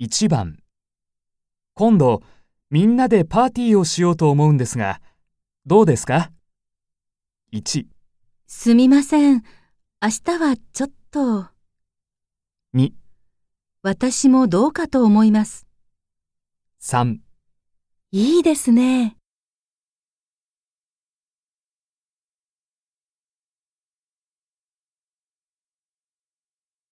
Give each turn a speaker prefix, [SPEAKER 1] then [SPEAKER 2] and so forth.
[SPEAKER 1] 1番今度みんなでパーティーをしようと思うんですがどうですか ?1、
[SPEAKER 2] すみません。明日はちょっと、
[SPEAKER 1] 2、
[SPEAKER 2] 私もどうかと思います。
[SPEAKER 1] 3
[SPEAKER 2] いいですね。